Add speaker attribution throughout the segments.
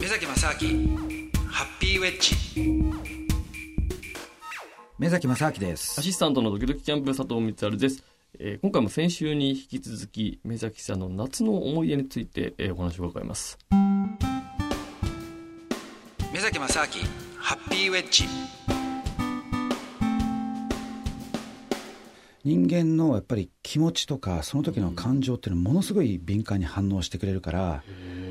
Speaker 1: 目崎正明ハッピーウェッジ目崎正明です
Speaker 2: アシスタントのドキドキキャンプ佐藤光です、えー、今回も先週に引き続き目崎さんの夏の思い出について、えー、お話を伺います
Speaker 1: 目崎正明ハッピーウェッジ
Speaker 3: 人間のやっぱり気持ちとかその時の感情っていうのはものすごい敏感に反応してくれるから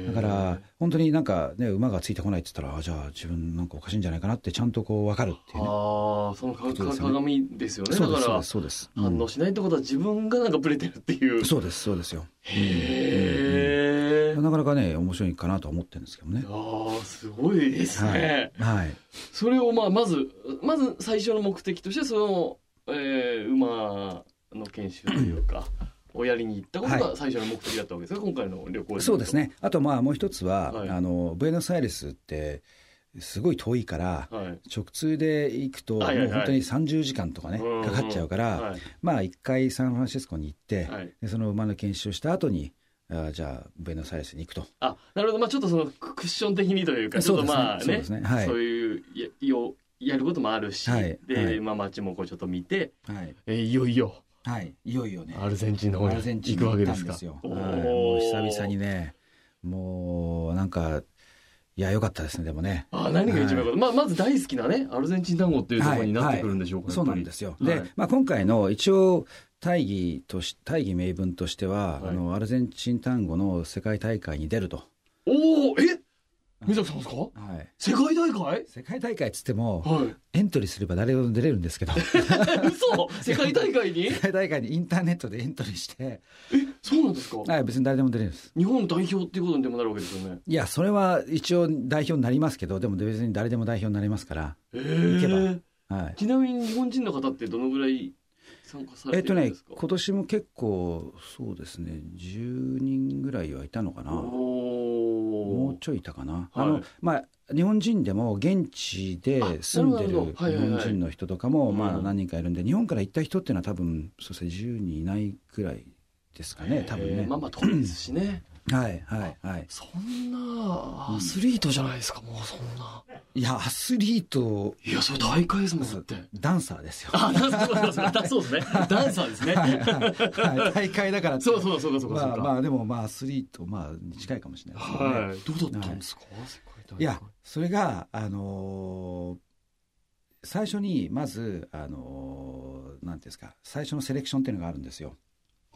Speaker 3: だから本当になんかね馬がついてこないって言ったらあじゃあ自分なんかおかしいんじゃないかなってちゃんとこう分かるっていうね
Speaker 2: ああそのか、ね、鏡ですよねだから
Speaker 3: そうです
Speaker 2: 反応しないってことは自分がなんかブレてるっていう
Speaker 3: そうですそうですよ
Speaker 2: へ
Speaker 3: え、うん、なかなかね面白いかなと思ってるんですけどね
Speaker 2: ああすごいです
Speaker 3: ね、はい、はい、
Speaker 2: それをまあまずまず最初の目的としてそのえー、馬の研修という か。をやりに行ったことが最初の目的だったわけですが、はい、今回の旅行
Speaker 3: そうですねあとまあもう一つは、はい、あのブエノスアイレスってすごい遠いから、はい、直通で行くと、はいはいはい、もう本当に30時間とかね、かかっちゃうから、まあ一回サンフランシスコに行って、でその馬の研修した後にあじゃあブエノスアイレスに行くと
Speaker 2: あなるほどまあちょっとそのクッション的にというかちょっとまあねそうですね、はい、そういうよやることもあるし、はい、で、はい、まあ街もこうちょっと見て、はい、えー、いよいよ、
Speaker 3: はい、いよいよね
Speaker 2: アルゼンチンの方に行くわけですかですよ、
Speaker 3: はい、もう久々にねもうなんかいや良かったですねでもね
Speaker 2: あ何が一番良かった、まあ、まず大好きなねアルゼンチン団子っていうところになってくるんでしょうか、
Speaker 3: そうなんですよ、で、まあ、今回の一応大義とし大義名分としては、あのアルゼンチン単語の世界大会に出ると、
Speaker 2: おおえ目崎さんですか、はい世界大会
Speaker 3: 世界大会っつっても、はい、エントリーすれば誰でも出れるんですけど
Speaker 2: 嘘世界大会に
Speaker 3: 世界大会にインターネットでエントリーして
Speaker 2: え そうなんですか
Speaker 3: はい別に誰でも出れるんです
Speaker 2: 日本代表っていうことにでもなるわけですよね
Speaker 3: いやそれは一応代表になりますけどでも別に誰でも代表になりますから
Speaker 2: ええー、
Speaker 3: はい、
Speaker 2: ちなみに日本人の方ってどのぐらい参加されてるんですか、
Speaker 3: えっとね今年も結構そうですね10人ぐらいはいたのかなもうちょいいたかな、はい、あのまあ、日本人でも現地で住んでる日本人の人とかもまあ何人かいるんで、日本から行った人っていうのは多分そうですね10人いないぐらいですかね多分ね。
Speaker 2: まあまあ遠いですしね
Speaker 3: はいはいはい。
Speaker 2: そんなアスリートじゃないですか、うん、もうそんな。
Speaker 3: いや、アスリート。
Speaker 2: いや、それ大会ですもんって。
Speaker 3: ダンサーですよ。
Speaker 2: あ、ダンサー、そうですね。 ダンサーですね。はい
Speaker 3: はいはい、 大会だから
Speaker 2: そうそうそうそう
Speaker 3: まあ、まあ、でも、まあ、アスリート、まあ、近いかもしれないですね。
Speaker 2: はい。どうだったんですか、
Speaker 3: い、や、それが、あのー、最初に、まず、あのー、なんていうんですか、最初のセレクションっていうのがあるんですよ。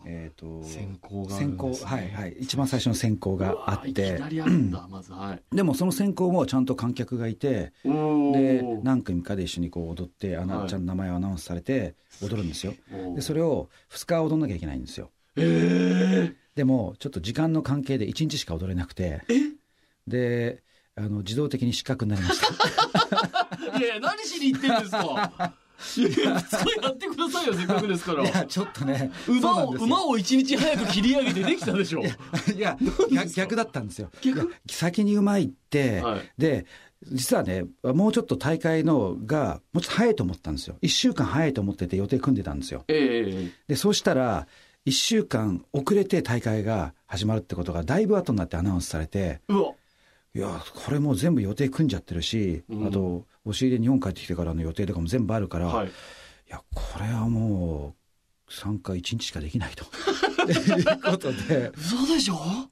Speaker 3: えーと、と
Speaker 2: 選考が、
Speaker 3: ね、選考はいはい一番最初の選考があってでもその選考もちゃんと観客がいてで何組かで一緒にこう踊ってあな、はい、ちゃんの名前をアナウンスされて踊るんですよでそれを2日踊んなきゃいけないんですよでもちょっと時間の関係で1日しか踊れなくてであの自動的に失格になりました
Speaker 2: いや何しに行ってんですかいや、2日やってくださいよ、せっかくですから。
Speaker 3: いや、 ちょっとね。
Speaker 2: 馬を、馬を1日早く切り上げてできたでしょ。
Speaker 3: いや、逆だったんですよ。先に馬行って、はい、で、実はね、もうちょっと大会のが、もうちょっと早いと思ったんですよ。1週間早いと思ってて予定組んでたんですよ。
Speaker 2: ええ、
Speaker 3: で、そうしたら、1週間遅れて大会が始まるってことが、だいぶ後になってアナウンスされて、いや、これもう全部予定組んじゃってるし、うん、あと、押し入れ日本帰ってきてからの予定とかも全部あるから、はい、いや、これはもう、参加1日しかできない と。いうことで。
Speaker 2: 嘘でしょ
Speaker 3: は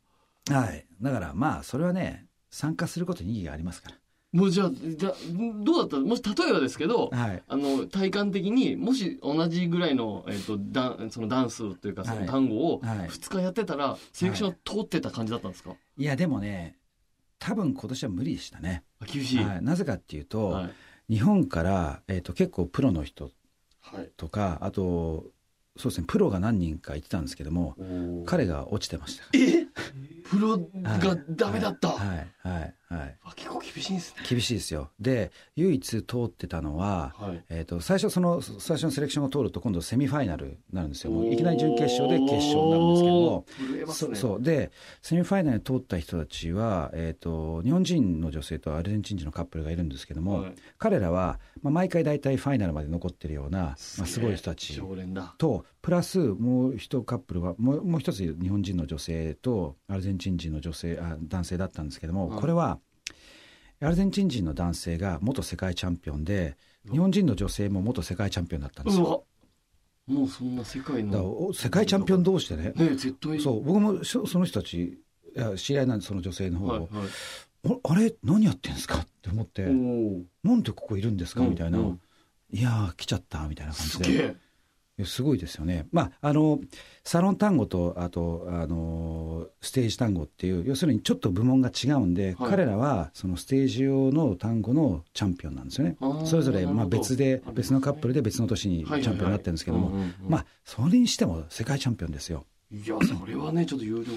Speaker 3: い。だからまあ、それはね、参加することに意義がありますから。、
Speaker 2: もうじゃあ、じゃどうだったもし、例えばですけど、はい、あの、体感的に、もし同じぐらいの、えっ、ー、と、ダン、そのダンスというか、その単語を、2日やってたら、はい、セレクション通ってた感じだったんですか、はい
Speaker 3: いや、でもね、多分今年は無理でしたね。
Speaker 2: 厳しい、
Speaker 3: はい、なぜかっていうと、はい、日本から、えーと、と結構プロの人とか、はい、あとそうですねプロが何人かいてたんですけども彼が落ちてました
Speaker 2: えプロがダメだった
Speaker 3: はいはいはい
Speaker 2: 結構厳しいですね
Speaker 3: 厳しいですよで唯一通ってたのは、えーと、と最初その最初のセレクションを通ると今度セミファイナルになるんですよいきなり準決勝で決勝になるんですけども、
Speaker 2: ね、
Speaker 3: そそうでセミファイナルに通った人たちは、えーと、と日本人の女性とアルゼンチン人のカップルがいるんですけども、はい、彼らは、まあ、毎回大体ファイナルまで残ってるような、まあ、すごい人たちとプラスもう一カップルはもうもう一つ日本人の女性とアルゼンチン人の女性あ男性だったんですけども、これはアルゼンチン人の男性が元世界チャンピオンで日本人の女性も元世界チャンピオンだったんですよ。
Speaker 2: もうそんな世界の
Speaker 3: 世界チャンピオン同士でね
Speaker 2: ね絶対
Speaker 3: そう僕もその人たち知り合いなんでその女性の方を、はいはい、あれ何やってんですかって思ってなんでここいるんですかみたいな、うんうん、いや来ちゃったみたいな感じですすごいですよね、まあ、あのサロン単語とあとあのステージ単語っていう要するにちょっと部門が違うんで、はい、彼らはそのステージ用の単語のチャンピオンなんですよねそれぞれまあ別で別のカップルで別の年にチャンピオンになってるんですけどもまあそれにしても世界チャンピオンですよ。
Speaker 2: いやそれはねちょっと有力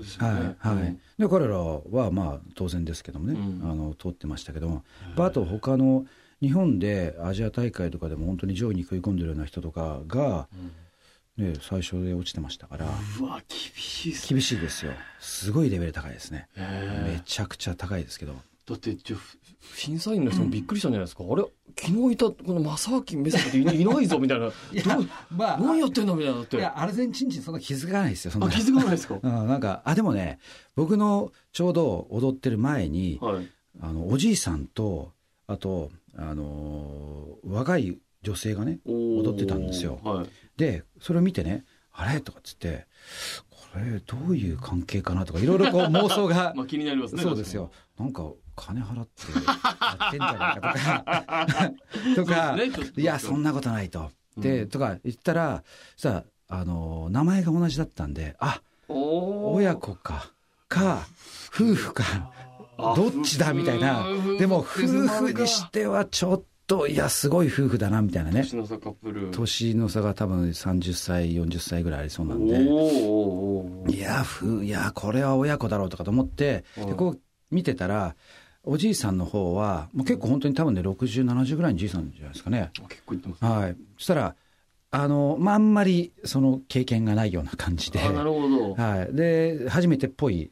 Speaker 2: ですよね。
Speaker 3: はい、はい、で彼らはまあ当然ですけどもね、うん、あの通ってましたけども、あと他の日本でアジア大会とかでも本当に上位に食い込んでるような人とかが、うん、ね、最初で落ちてましたから
Speaker 2: うわ厳しい、ね、
Speaker 3: 厳しいですよすごいレベル高いですねめちゃくちゃ高いですけど
Speaker 2: だってじゃ審査員の人もびっくりしたんじゃないですか、うん、あれ昨日いたこの正明目覚 めていないぞみたいないどう、まあ、何やってんだみたいなってい
Speaker 3: やアルゼンチン人そんな気づかないですよそんな
Speaker 2: あ気づかないですか、
Speaker 3: うん、なんかあでもね僕のちょうど踊ってる前に、はい、あのおじいさんとあとあのー、若い女性がね踊ってたんですよ、はい、でそれを見てね「あれ?」とかっつって「これどういう関係かな?」とかいろいろこう妄 想が
Speaker 2: まあ気になりますね
Speaker 3: そうですよなんか金払ってやってんじゃないかとかとか、ね、いやそんなことないと。で、うん、とか言ったらさあのー、名前が同じだったんであ親子かか夫婦か。どっちだみたいな。でも、夫婦にしてはちょっと、いや、すごい夫婦だな、みたいなね。
Speaker 2: 年の差カップル。
Speaker 3: 年の差が多分30歳、40歳ぐらいありそうなんで。いや、ふ、いや、これは親子だろうとかと思って、でこう見てたら、おじいさんの方は、もう結構本当に多分ね、60、70ぐらいのじいさんじゃないですかね。
Speaker 2: 結構いってます、
Speaker 3: ね、はい。そしたら、あの、まあ、あんまり、その、経験がないような感じで。
Speaker 2: なるほど。
Speaker 3: はい。で、初めてっぽい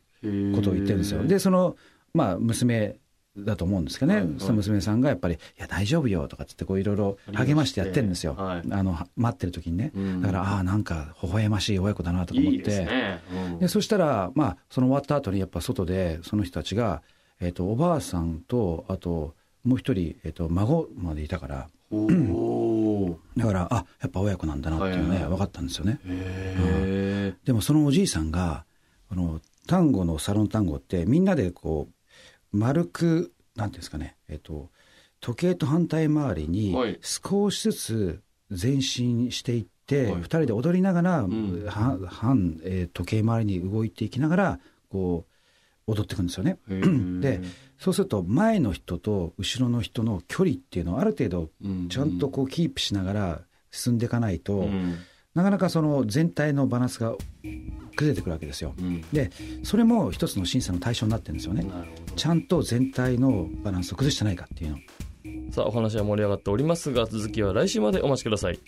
Speaker 3: ことを言ってるんですよ。で、その、まあ、娘だと思うんですけどね、はいはい、その娘さんがやっぱり「いや大丈夫よ」とかっつっていろいろ励ましてやってるんですよ、はい、あの待ってる時にね、うん、だからああなんか微笑ましい親子だなとか思って、ねうん、でそしたら、まあ、その終わった後にやっぱ外でその人たちが、えーと、とおばあさんとあともう一人、えーと、と孫までいたから。だからあやっぱ親子なんだなっていうね、はいはい、分かったんですよね、うん、でもそのおじいさんがあの単語のサロン単語ってみんなでこう丸くなんていうんですかね、えっと、時計と反対回りに少しずつ前進していって、はい、2人で踊りながら、うん、反、えー、時計回りに動いていきながらこう踊っていくんですよね。でそうすると前の人と後ろの人の距離っていうのをある程度ちゃんとこうキープしながら進んでいかないと。うんうんなかなかその全体のバランスが崩れてくるわけですよ、うん、でそれも一つの審査の対象になってるんですよねちゃんと全体のバランスを崩してないかっていうの
Speaker 4: さあお話は盛り上がっておりますが続きは来週までお待ちください